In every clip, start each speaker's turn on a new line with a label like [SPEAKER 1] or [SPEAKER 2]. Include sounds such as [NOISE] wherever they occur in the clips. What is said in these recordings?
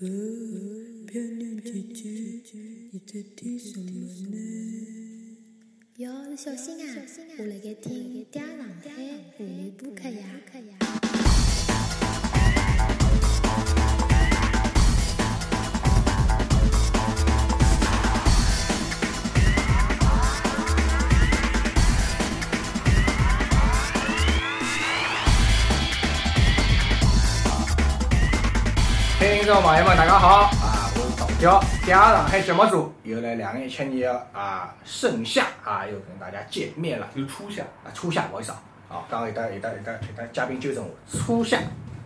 [SPEAKER 1] 哦，漂亮姐姐，你在听什么呢？
[SPEAKER 2] 哟，你小心啊！我辣盖听《嗲浪海》妇女播客呀。
[SPEAKER 3] 听众朋友们，大家好啊！我是董彪，家上海节目组又来两眼一七年的啊盛夏啊，又跟大家见面了
[SPEAKER 4] 就初夏，
[SPEAKER 3] 啊！初夏不好意思啊，啊，刚刚有得有得有得有得嘉宾纠正我，初夏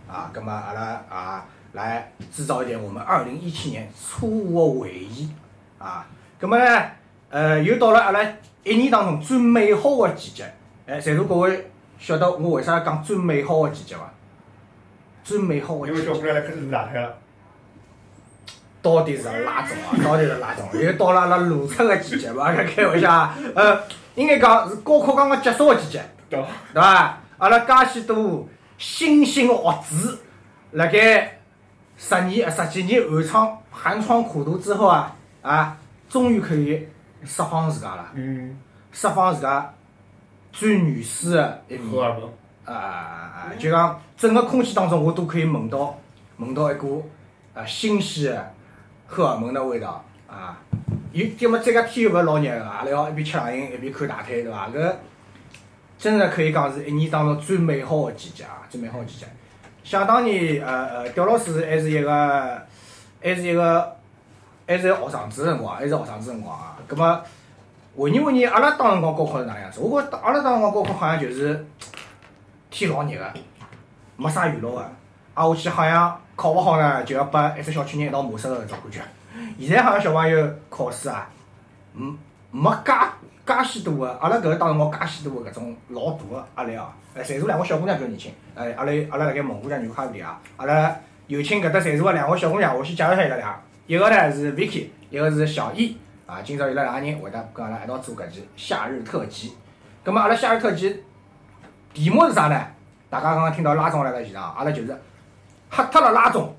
[SPEAKER 3] 啊，那么阿拉啊来制造一点我们二零一七年初夏的回忆啊，那么呢，呃，又到了阿拉一年当中最美好的季节，哎，在座各位晓得我为啥讲最美好的季节伐？最美好的
[SPEAKER 4] 因
[SPEAKER 3] 季节
[SPEAKER 4] 为小。姑娘来开始打开了，
[SPEAKER 3] 到底是哪种啊？到底是哪种？又到了阿拉露出个季节嘛， [LAUGHS] 开玩笑啊！呃，应该讲是高考刚刚结束的季节，
[SPEAKER 4] 对吧？
[SPEAKER 3] 对伐？阿拉介许多新兴的学子，辣盖十年、十几年寒窗寒窗苦读之后啊，啊，终于可以释放自家了，
[SPEAKER 4] 嗯，
[SPEAKER 3] 释放自家最原始的一
[SPEAKER 4] 荷
[SPEAKER 3] 面
[SPEAKER 4] 尔蒙，
[SPEAKER 3] 啊啊！啊！就讲整个空气当中，我都可以闻到闻到一股啊新鲜的荷尔蒙的味道啊！有，要么这个天又勿是老热个，阿拉要一边吃冷饮一边看大腿，对伐？搿真的可以讲是一年当中最美好的季节啊，最美好的季节。想当年，呃呃，刁老师还是一个，还是一个，还是一个学生子的辰光，还是学生子的辰光啊。葛么，回忆回忆，阿拉当辰光高考是哪能样子？我觉得阿拉当辰光高考好像就是天老热个，没啥娱乐啊个，挨下去好像考勿好呢，就要拨一只小青年一道骂死个搿种感觉。现在好像小朋友考试啊，嗯，没介介许多个，阿拉搿个当辰光介许多个搿种老大个压力啊！哎，侪是两个小姑娘比较年轻，哎，阿拉阿拉辣盖蒙古家牛咖啡店啊，阿拉有请搿搭侪是个两个小姑娘，我先介绍一下伊拉俩，啊一个呢是 Vicky，一个是小易啊，今朝伊拉两个人会得跟阿拉一道做搿期夏日特辑。葛末阿拉夏日特辑题目是啥呢？大家刚刚听到拉总来了现场，阿拉就是吓脱了拉总，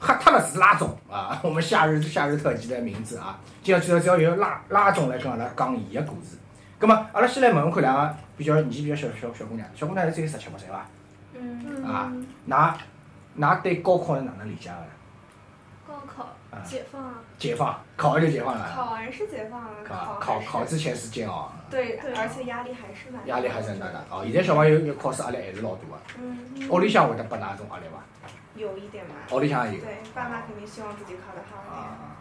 [SPEAKER 3] 吓脱了是拉总啊！我们夏日夏日特辑的名字啊，今朝今朝只要由拉拉总来跟阿拉讲伊的故事。咁么，阿拉先来问问看两个比较年纪比较小小小姑娘，小姑娘只有十七八岁伐？
[SPEAKER 5] 嗯，
[SPEAKER 3] 啊，㑚㑚对高考是哪能理解个呢？
[SPEAKER 5] 高考
[SPEAKER 3] 啊
[SPEAKER 5] 解放啊，
[SPEAKER 3] 解放，考完就解放
[SPEAKER 5] 考
[SPEAKER 3] 了，
[SPEAKER 5] 完是解放了，
[SPEAKER 3] 考
[SPEAKER 5] 考
[SPEAKER 3] 考
[SPEAKER 5] 还是
[SPEAKER 3] 考之前是煎熬，啊
[SPEAKER 5] 对，而且压力还是蛮大
[SPEAKER 3] 压力还是很大的。哦，现在小朋友要考试压力还是老大个，
[SPEAKER 5] 嗯，
[SPEAKER 3] 屋里向会得拨㑚一种压力伐？
[SPEAKER 5] 有一点吧。
[SPEAKER 3] 屋里向也有。
[SPEAKER 5] 对，爸妈肯定希望自己考得好一点。
[SPEAKER 3] 啊，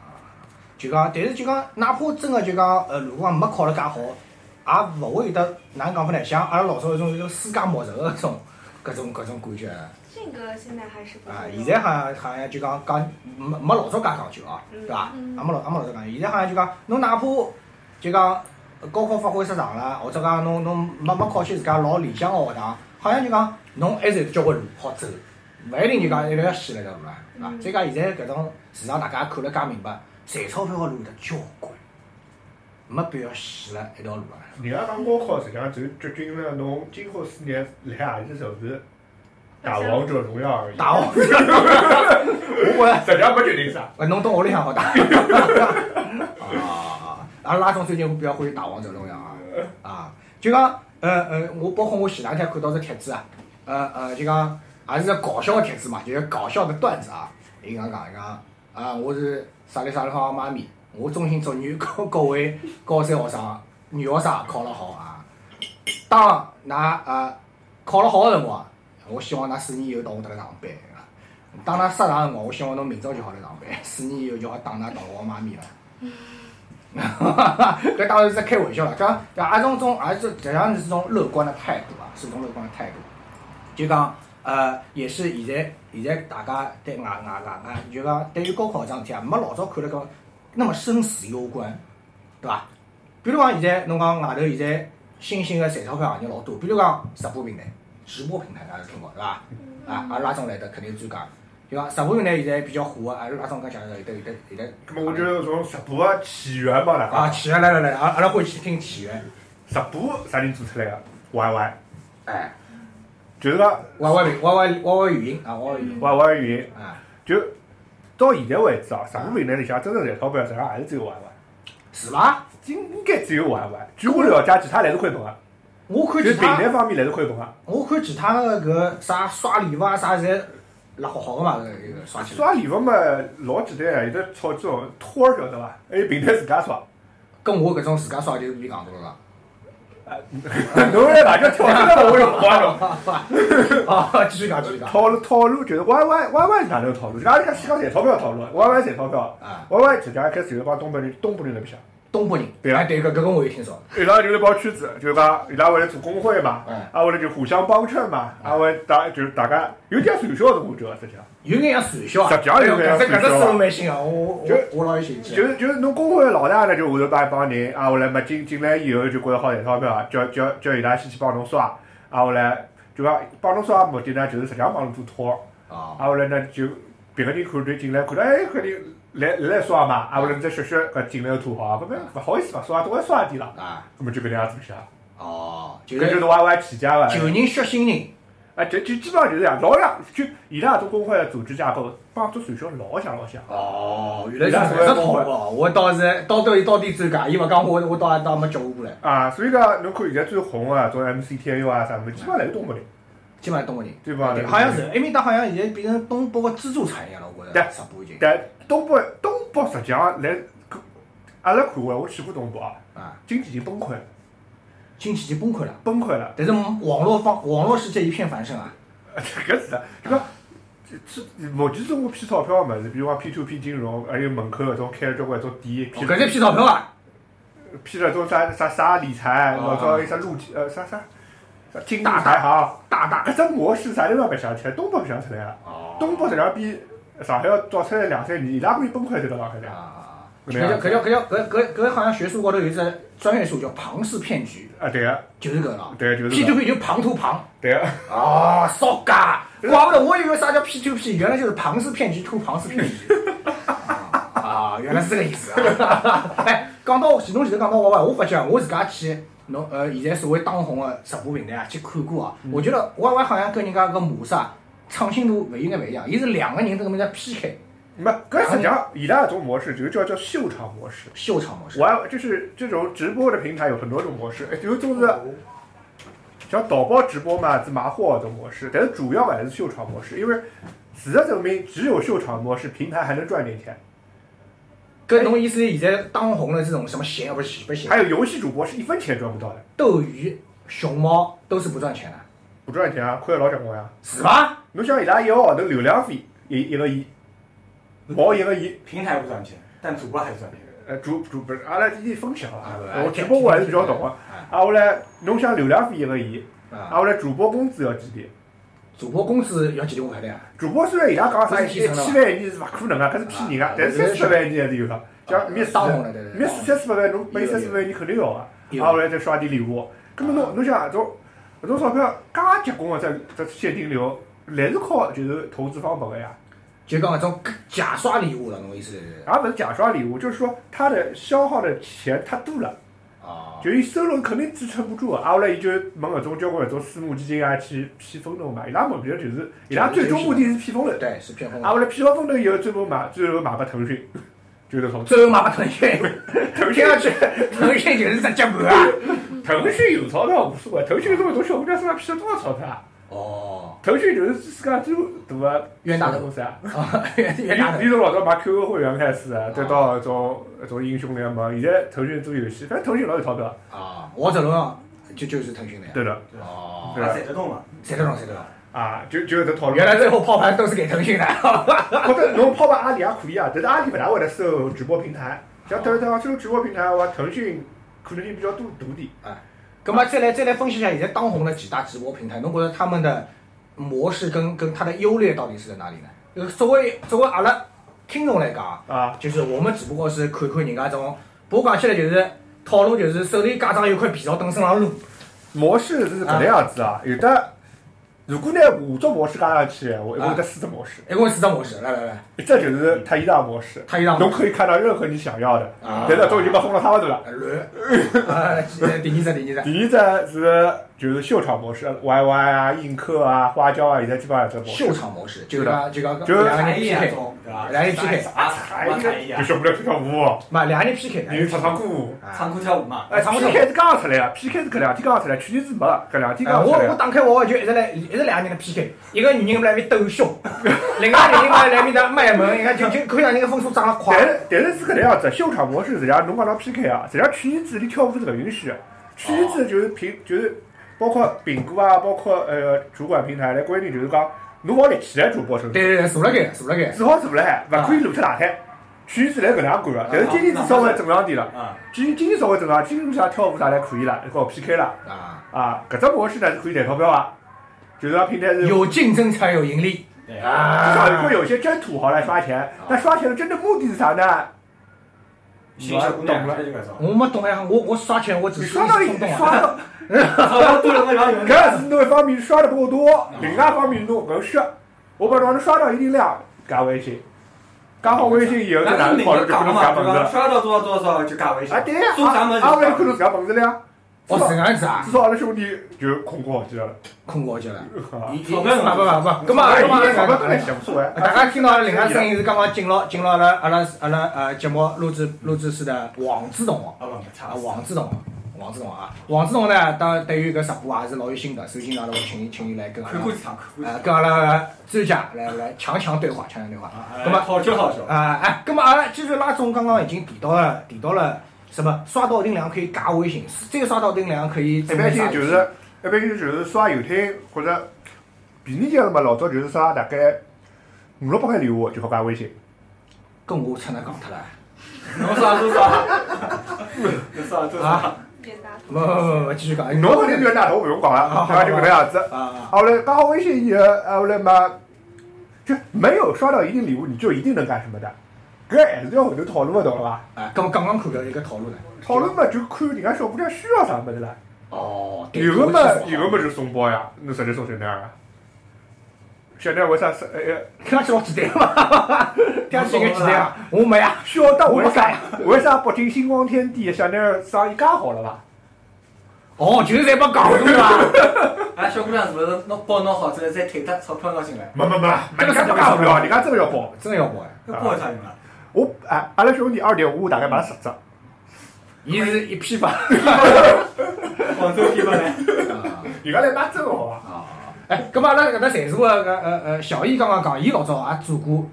[SPEAKER 3] 就讲，但是就讲，哪怕真个就讲，呃，如果讲没考了介好，也勿会有得哪能讲法呢？像阿拉老早有种有种世界末日个搿种搿种搿种感觉
[SPEAKER 5] 这个现在还是不
[SPEAKER 3] 啊
[SPEAKER 5] 太。有
[SPEAKER 3] 现在好像好像就讲讲没没老早介讲究啊，
[SPEAKER 5] 嗯
[SPEAKER 3] 对伐？也没老也没老早讲究，现在好像就讲，侬哪怕就讲呃高考发挥失常了，或者讲侬侬没没考取自家老理想个学堂，好像就讲侬还是有交关路好走，勿一定就讲一定要死了条路啦，对伐？
[SPEAKER 5] 嗯
[SPEAKER 3] 再讲现在搿种市场大家看了介明白，赚钞票个路有得交关，没必要死了一条路
[SPEAKER 5] [LAUGHS]
[SPEAKER 3] 啊。
[SPEAKER 4] 人家讲高考实际上就决定了侬今后四年来何里城市打王者荣耀而已，
[SPEAKER 3] 打我， [LAUGHS] 我觉
[SPEAKER 4] 实际上没决定啥。
[SPEAKER 3] 着侬到屋里向好打。啊，阿啊拉拉总最近比较欢喜打王者荣耀啊。啊，就讲呃呃，我包括我前两天看到只帖子啊，呃呃，就讲也是个搞笑的帖子嘛，就是搞笑的段子啊。伊讲讲伊讲啊，我是啥里啥里方的妈咪，我衷心祝愿 [LAUGHS] 各各位高三学生、啊女学生考了好啊。当㑚啊考了好的辰光，我希望㑚四年以后到我搭来上班。啊当㑚失常的辰光，我希望侬明朝就好来上班，四年以后就好当㑚同学的妈咪了。搿当然是在开玩笑了，讲也种种，也是实际上是种乐观的态度啊，是种乐观的态度。就讲呃，也是现在现在大家对外外外外，就讲对于高考这桩事体啊，没老早看了讲那么生死攸关，对伐？比如讲现在侬讲外头现在新兴的赚钞票行业老多，比如讲直播平台、直播平台，大家听过对伐？啊，阿拉总来的肯定是专家，就讲直播平台现在比较火啊，阿拉总刚讲的有的有的有的。
[SPEAKER 4] 那么我就从直播的起源帮大
[SPEAKER 3] 啊，
[SPEAKER 4] 家讲，
[SPEAKER 3] 起源来来来，阿阿拉欢喜听起源，
[SPEAKER 4] 直播啥人做出来的？YY，
[SPEAKER 3] 哎
[SPEAKER 4] 就是讲
[SPEAKER 3] ，Y Y Y Y Y Y 语音啊，Y Y 语音
[SPEAKER 4] YY 语音，
[SPEAKER 3] 啊，
[SPEAKER 4] 就到现在为止哦，上个平台里向真正赚钞票，实际上还是只有 YY，
[SPEAKER 3] 是伐？
[SPEAKER 4] 应应该只有 YY。据我了解，其他侪是亏本个，
[SPEAKER 3] 我看
[SPEAKER 4] 就
[SPEAKER 3] 其
[SPEAKER 4] 平台
[SPEAKER 3] 他，
[SPEAKER 4] 方面侪是亏本个。啊
[SPEAKER 3] 我看其他的搿啥刷礼物啊啥，侪辣好好个嘛，搿个刷起来。
[SPEAKER 4] 刷礼物嘛，老简单啊，有的炒这种托儿晓得伐？还有平台哎自家 [LAUGHS] 刷，
[SPEAKER 3] 跟我搿种自家刷就是比戆多
[SPEAKER 4] [LAUGHS]
[SPEAKER 3] 了
[SPEAKER 4] 侬来哪个跳这个我就不了。
[SPEAKER 3] 啦。 [LAUGHS] 啊，继续讲，继续讲。
[SPEAKER 4] [LAUGHS] 套路套路就是 Y Y Y Y 是哪能套路？人家讲讲赚钞票套路，Y Y 赚钞票
[SPEAKER 3] 啊
[SPEAKER 4] ，Y Y 实际上一开始就是帮东北人东北人那边想，
[SPEAKER 3] 东北人，
[SPEAKER 4] 对啊
[SPEAKER 3] 哎对，搿搿个我有听说。
[SPEAKER 4] 伊拉就是帮圈子，就是讲伊拉为了做工会嘛
[SPEAKER 3] 嗯，
[SPEAKER 4] 啊为了就互相帮衬嘛，啊为了大就是大家有点传销的我觉得实际上，
[SPEAKER 3] 有眼像传销啊，
[SPEAKER 4] 实际上有眼像
[SPEAKER 3] 搿只搿
[SPEAKER 4] 传
[SPEAKER 3] 只
[SPEAKER 4] 销啊
[SPEAKER 3] 思路蛮新啊，我
[SPEAKER 4] 就
[SPEAKER 3] 我我老有兴趣。
[SPEAKER 4] 就是就是侬工会的老大呢，就下头帮一帮人，啊后来嘛进进来以后就觉得好赚钞票，啊叫叫叫伊拉先去帮侬刷，啊后来就讲帮侬刷的目的呢，就是实际上帮侬做托儿。
[SPEAKER 3] 啊，
[SPEAKER 4] 啊，后来呢就别个人看队进来，看到哎，搿人来来刷嘛，啊，后来侬再学学搿进来个土豪，搿么勿好意思嘛，刷多刷点啦，
[SPEAKER 3] 啊，
[SPEAKER 4] 搿么就搿能样子想，
[SPEAKER 3] 哦，就
[SPEAKER 4] 搿就是是 YY 起家伐？
[SPEAKER 3] 旧人学新人，
[SPEAKER 4] 啊，就就基本上就是这样，老像就伊拉搿种工会的组织架构帮做传销老像老像。
[SPEAKER 3] 哦，原来是搿只套路哦，我倒是到头到底走介，伊勿讲我，我倒也当没接触过来，
[SPEAKER 4] 啊，所以讲侬看现在最红个种 MCTU 啊啥物事，基本上侪是东北人，
[SPEAKER 3] 基本上东北人。
[SPEAKER 4] 对吧？
[SPEAKER 3] 好像是，埃面搭好像现在变成东北个支柱产业了，我觉
[SPEAKER 4] 对
[SPEAKER 3] 着直播已经
[SPEAKER 4] 但东北东北实际上来，搿啊阿拉看过，我去过东北啊，
[SPEAKER 3] 啊，
[SPEAKER 4] 经济已经崩溃了，
[SPEAKER 3] 经济已经崩溃了。
[SPEAKER 4] 崩溃了。 [LAUGHS]
[SPEAKER 3] 但是网络方网络世界一片繁盛啊，
[SPEAKER 4] 搿是的，就讲啊这这目前中国骗钞票个物事，比如讲 P to P 金融，还有门口搿种开了交关搿种店，
[SPEAKER 3] 搿
[SPEAKER 4] 骗
[SPEAKER 3] 只骗钞票啊，
[SPEAKER 4] 骗了种啥啥啥理财，
[SPEAKER 3] 啊
[SPEAKER 4] 老早有啥路呃啥啥啥金大财行，大大搿只模式啥地方白相起来，东北白相出来了。
[SPEAKER 3] 哦
[SPEAKER 4] 东北实际上比上海要早出来两三年，伊拉估计崩溃才到上海来。
[SPEAKER 3] 啊，
[SPEAKER 4] 搿
[SPEAKER 3] 搿
[SPEAKER 4] 能
[SPEAKER 3] 叫
[SPEAKER 4] 样
[SPEAKER 3] 搿叫搿叫搿搿搿好像学术高头有一只专业术语叫庞氏骗局，
[SPEAKER 4] 啊，对个，
[SPEAKER 3] 就是搿个了。
[SPEAKER 4] 对就是
[SPEAKER 3] P
[SPEAKER 4] 搿
[SPEAKER 3] to P 就庞图庞。
[SPEAKER 4] 对啊个，
[SPEAKER 3] 哦，骚嘎！怪不得我以为啥叫 P to P，原来就是庞氏骗局吐庞氏骗局。 [LAUGHS] 啊，原来是这个意思啊！ [LAUGHS] 哎，讲到前侬前头讲到我吧，我发觉我自家去侬呃现在所谓当红的直播平台啊去看过啊，我觉得 Y Y 好像跟人家个模式啊创新度勿应该勿一样，伊是两个人这个么叫 P K
[SPEAKER 4] 没搿实际上伊拉搿种模式就叫叫秀场模式。
[SPEAKER 3] 秀场模式。
[SPEAKER 4] 我就是这种直播的平台有很多种模式，哎有一种是像导播直播嘛，是卖货的模式，但是主要还是秀场模式，因为事实证明，只有秀场模式，平台还能赚点钱。
[SPEAKER 3] 跟侬意思现在当红的这种什么闲不是不是
[SPEAKER 4] 还
[SPEAKER 3] 闲，
[SPEAKER 4] 有游戏主播是一分钱赚不到的，
[SPEAKER 3] 斗鱼、熊猫都是不赚钱的，
[SPEAKER 4] 不赚钱啊，亏了老结棍呀。
[SPEAKER 3] 是吧？
[SPEAKER 4] 侬想伊拉啊一个号头流量费一一个亿，毛一个亿，
[SPEAKER 6] 平台不赚钱，但主播还是赚钱。哎
[SPEAKER 4] 呃，主主不是阿拉一分享啊
[SPEAKER 3] 啊，
[SPEAKER 4] 我直播我还是比较懂啊。啊，后来侬想流量费一个亿，啊，
[SPEAKER 3] 啊，
[SPEAKER 4] 后来主播工资要几钿？
[SPEAKER 3] 主播工资要几钿我晓得啊？
[SPEAKER 4] 主播虽然伊拉讲啥一
[SPEAKER 3] 这
[SPEAKER 4] 千
[SPEAKER 3] 是天生的吧
[SPEAKER 4] 万一年是勿可能个，搿是骗人个
[SPEAKER 3] 啊，
[SPEAKER 4] 但是三
[SPEAKER 3] 这
[SPEAKER 4] 四
[SPEAKER 3] 是啊
[SPEAKER 4] 百万一年还是有个，像灭
[SPEAKER 3] 当红了对对对
[SPEAKER 4] 灭四三四百万，侬拨伊
[SPEAKER 3] 有
[SPEAKER 4] 三四百万，你肯定要个，
[SPEAKER 3] 有啊
[SPEAKER 4] 啊，后来再刷点礼物，搿么侬侬想搿种搿种钞票介结棍啊个，只只现金流，侪哦是靠就是投资方拨个呀，
[SPEAKER 3] 就讲搿种假刷礼物了，侬意思是？
[SPEAKER 4] 也勿是假刷礼物，就是说他的消耗的钱太多了，
[SPEAKER 3] 啊，
[SPEAKER 4] 就伊收入肯定支撑不住个，啊，后来伊就问搿种交关搿种私募基金啊去骗风投嘛，伊拉目的就是伊拉最终目的是骗风投。
[SPEAKER 3] 对，是骗婚
[SPEAKER 4] 啊，。我来批发风头以后，最后买，最后买个腾讯， [LAUGHS] 就是从
[SPEAKER 3] 最后买个腾讯，
[SPEAKER 4] [LAUGHS] 腾
[SPEAKER 3] 听上去腾讯就是只接盘啊。
[SPEAKER 4] 腾讯有钞票无所谓，腾讯这么多小姑娘身上批了多少钞票啊？
[SPEAKER 3] 哦，
[SPEAKER 4] 腾讯就是世界上最大的
[SPEAKER 3] 冤大头
[SPEAKER 4] 公司啊！
[SPEAKER 3] 啊， [LAUGHS] 越越大
[SPEAKER 4] 你
[SPEAKER 3] 的
[SPEAKER 4] 你从老早买 QQ 会员开始啊，再到一种一种英雄联盟，现在腾讯做游戏，反正腾讯老有钞票。
[SPEAKER 3] 啊，王者荣耀就就是腾讯的呀。
[SPEAKER 4] 对的，
[SPEAKER 3] 哦，
[SPEAKER 4] 对
[SPEAKER 6] 还攒得动嘛？
[SPEAKER 3] 谁得懂谁得懂。
[SPEAKER 4] 啊，就就有这讨论。
[SPEAKER 3] 原来最后抛盘都是给腾讯的。 [LAUGHS]
[SPEAKER 4] 或者侬抛把阿里也可以啊，但是阿里勿大会得收直播平台，像等等收直播平台的话，腾讯可能性比较多多点。
[SPEAKER 3] 哎那么再来再来分析一下现在当红的几大直播平台，侬觉得他们的模式跟跟它的优劣到底是在哪里呢？呃作为作为阿拉听众来讲啊，
[SPEAKER 4] 啊，
[SPEAKER 3] 就是我们只不过是看看人家这种，不过讲起来就是套路，就是手里夹张有块皮草蹲身上撸。
[SPEAKER 4] 模式是搿能样子啊，有的如果拿五种模式加上去，我一共
[SPEAKER 3] 啊
[SPEAKER 4] 得四种模式，
[SPEAKER 3] 一共四只模式，来来来，
[SPEAKER 4] 一只就是太医大模式，
[SPEAKER 3] 太一档
[SPEAKER 4] 侬可以看到任何你想要的，
[SPEAKER 3] 啊
[SPEAKER 4] 但是都已经被封了差勿多了。
[SPEAKER 3] 乱，呃，第二只第二只，
[SPEAKER 4] 第一只是就是秀场模式，YY 啊、映客啊、花椒啊，现在基本上在模式
[SPEAKER 3] 秀。场模式，就讲就讲
[SPEAKER 4] 就是
[SPEAKER 3] 两个人
[SPEAKER 6] 才艺啊，
[SPEAKER 3] PK，
[SPEAKER 6] 种对吧？
[SPEAKER 3] 两个人 PK，
[SPEAKER 6] 啥才
[SPEAKER 4] 哎，
[SPEAKER 6] 艺
[SPEAKER 4] 就
[SPEAKER 6] 啊？
[SPEAKER 4] 受不了跳跳舞，
[SPEAKER 3] 嘛哎两个人 PK，
[SPEAKER 4] 哦你唱唱歌。
[SPEAKER 3] 啊
[SPEAKER 6] 唱歌跳舞嘛。
[SPEAKER 4] 哎
[SPEAKER 3] 唱歌
[SPEAKER 4] ，PK 是刚出来啊，PK 是搿两天刚出来，去年是没，搿两天
[SPEAKER 3] 啊，
[SPEAKER 4] 刚出
[SPEAKER 3] 我
[SPEAKER 4] 来
[SPEAKER 3] 我
[SPEAKER 4] 啊。
[SPEAKER 3] 打开我就一直来一直两个人 PK，一个女人来面斗胸，另外一个人嘛来面搭卖萌，你看就就可以让人家分数涨了
[SPEAKER 4] 但
[SPEAKER 3] 快。
[SPEAKER 4] 是但是是搿能样子，秀场模式实际上侬讲到 PK 啊，实际上去年子里跳舞是勿允许的，去年子就是平就是包括苹果啊，包括呃主管平台来规定就是讲，侬勿好立起来主播身份
[SPEAKER 3] 对对对，坐辣盖坐辣盖。
[SPEAKER 4] 只好坐辣海，勿可以露出大海。去年子来搿能样管啊了，但是今年子稍微正常点了，
[SPEAKER 6] 啊，
[SPEAKER 4] 今今年稍微正常，今年像跳舞啥来可以了，搞 PK 了
[SPEAKER 3] 啊，
[SPEAKER 4] 啊，搿只模式呢是可以赚钞票啊，就是讲平台是。
[SPEAKER 3] 有竞争才有盈利
[SPEAKER 6] 对
[SPEAKER 4] 至少会
[SPEAKER 3] 啊！
[SPEAKER 4] 有些真土豪来刷钱，那刷钱的真正目的是啥呢？
[SPEAKER 6] 新手姑娘就搿种，
[SPEAKER 3] 我没懂呀，我我刷钱我只
[SPEAKER 4] 你
[SPEAKER 3] 是
[SPEAKER 4] 刷到
[SPEAKER 3] 一时
[SPEAKER 4] 一
[SPEAKER 3] 冲动啊。
[SPEAKER 4] 刷到，
[SPEAKER 6] 好像对了，那然后有人
[SPEAKER 4] 搿是侬一方面刷的不够
[SPEAKER 3] 啊
[SPEAKER 4] 多，另外一方面侬搿血，我把侬能刷到一定量，加微信，加好微信以后再哪
[SPEAKER 6] 那
[SPEAKER 4] 能
[SPEAKER 6] 明
[SPEAKER 4] 跑了
[SPEAKER 6] 个
[SPEAKER 4] 就看
[SPEAKER 6] 讲
[SPEAKER 4] 侬
[SPEAKER 6] 嘛，
[SPEAKER 4] 自家
[SPEAKER 6] 就
[SPEAKER 4] 本
[SPEAKER 6] 讲
[SPEAKER 4] 事。
[SPEAKER 6] 刷到多少多少就加微信
[SPEAKER 4] 啊，，对呀，
[SPEAKER 6] 做啥么子
[SPEAKER 4] 啊啊，我也看侬自家本事了呀。
[SPEAKER 3] 哦，是这样子啊
[SPEAKER 4] 至，少阿拉兄弟就空过好几
[SPEAKER 3] [LAUGHS]
[SPEAKER 4] 了。
[SPEAKER 3] 空过去了。
[SPEAKER 4] [LAUGHS] 啊
[SPEAKER 3] 不不不不，啊干嘛
[SPEAKER 4] 哎
[SPEAKER 3] 干嘛
[SPEAKER 4] 一眼钞票都来
[SPEAKER 3] 干嘛？
[SPEAKER 4] 想不出来。
[SPEAKER 3] 大家听到阿拉另外声音是刚刚进入进入阿拉阿拉阿拉呃节目录制录制室的王志同
[SPEAKER 6] 啊
[SPEAKER 3] 学。
[SPEAKER 6] 不，差
[SPEAKER 3] 啊，王志同，王志同啊，王志同呢，当然对于搿直播也是老有心得，所以今朝阿拉会请伊请伊来跟阿
[SPEAKER 6] 看
[SPEAKER 3] 拉
[SPEAKER 6] 过几场，看过
[SPEAKER 3] 呃
[SPEAKER 6] 几
[SPEAKER 3] 跟阿拉专家来来强强对话，强强对话。
[SPEAKER 7] 啊
[SPEAKER 6] 场，
[SPEAKER 7] 哎
[SPEAKER 3] 那么
[SPEAKER 6] 好笑好笑，
[SPEAKER 3] 啊哎，葛末阿拉继续拉总刚刚已经提到了提到了什么刷到一定量可以加微信，再刷到一定量可以
[SPEAKER 4] 一般性就是一般性就是刷游艇或者便利店了嘛，老早就是刷大概五六百块礼物就好加微信。
[SPEAKER 3] 跟我出来讲脱了。
[SPEAKER 6] 侬啥做啥，侬啥做啥。
[SPEAKER 4] [LAUGHS]
[SPEAKER 5] 变大
[SPEAKER 3] 啊不不不不，继续讲。
[SPEAKER 4] 侬搿点冤大头勿用讲了， [LAUGHS] 哎大概就搿能样子。
[SPEAKER 3] 啊
[SPEAKER 4] 后来加好微信以后，啊后来嘛，就没有刷到一定礼物，你就一定能干什么的，搿还是要后头讨论的，懂了伐？
[SPEAKER 3] 啊，葛末刚刚看到一个讨论呢。
[SPEAKER 4] 讨论嘛就看人家小姑娘需要啥物事了。
[SPEAKER 3] 哦，对
[SPEAKER 4] 有个嘛
[SPEAKER 3] 我记错
[SPEAKER 4] 有
[SPEAKER 3] 了
[SPEAKER 4] 个嘛就送包呀，侬直接送香奈儿啊。香奈儿为啥是哎哎
[SPEAKER 3] 听上去老简单嘛，听上去应该简单啊，我没呀。
[SPEAKER 4] 晓得为
[SPEAKER 3] 我不
[SPEAKER 4] 啥为啥北京星光天地香奈儿生意介好了伐？
[SPEAKER 3] 哦，就是在帮讲是吧？
[SPEAKER 6] 哎，小姑娘是不是侬包弄好之后再退脱钞票拿进来？
[SPEAKER 4] 没没没，
[SPEAKER 3] 这个
[SPEAKER 4] 人
[SPEAKER 3] 是
[SPEAKER 4] 家不
[SPEAKER 3] 不要
[SPEAKER 4] 干不了，人家真的要包。
[SPEAKER 3] 真的要报呀！
[SPEAKER 6] 那包有啥用啊？
[SPEAKER 4] 我哎，阿拉兄弟二点五，大概买了十只。
[SPEAKER 3] 伊是一
[SPEAKER 4] [LAUGHS]
[SPEAKER 3] 批发。
[SPEAKER 6] 广州地方来，
[SPEAKER 4] 人家来买真好啊！
[SPEAKER 3] 哎，咁嘛，阿拉搿搭在座的搿呃呃小易刚刚讲，伊老早也做过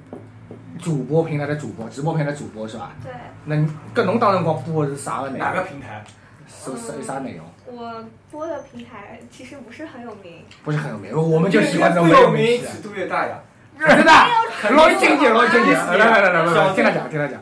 [SPEAKER 3] 主播平台的主播，直播平台的主播是吧？
[SPEAKER 5] 对
[SPEAKER 3] 那你搿侬当辰光播的是啥个内
[SPEAKER 6] 哪
[SPEAKER 3] 容？
[SPEAKER 6] 个平台？
[SPEAKER 3] 是是有啥内容？
[SPEAKER 5] 我播的平台其实不是很有名，
[SPEAKER 3] 不是很有名，我们就喜欢这种
[SPEAKER 6] 越
[SPEAKER 3] 没有
[SPEAKER 6] 名气
[SPEAKER 3] 名气的。
[SPEAKER 6] 度越大呀。
[SPEAKER 3] 真的， [LAUGHS] 老经典，老经典。来来来来来，
[SPEAKER 6] 小
[SPEAKER 3] 听他讲，听他讲。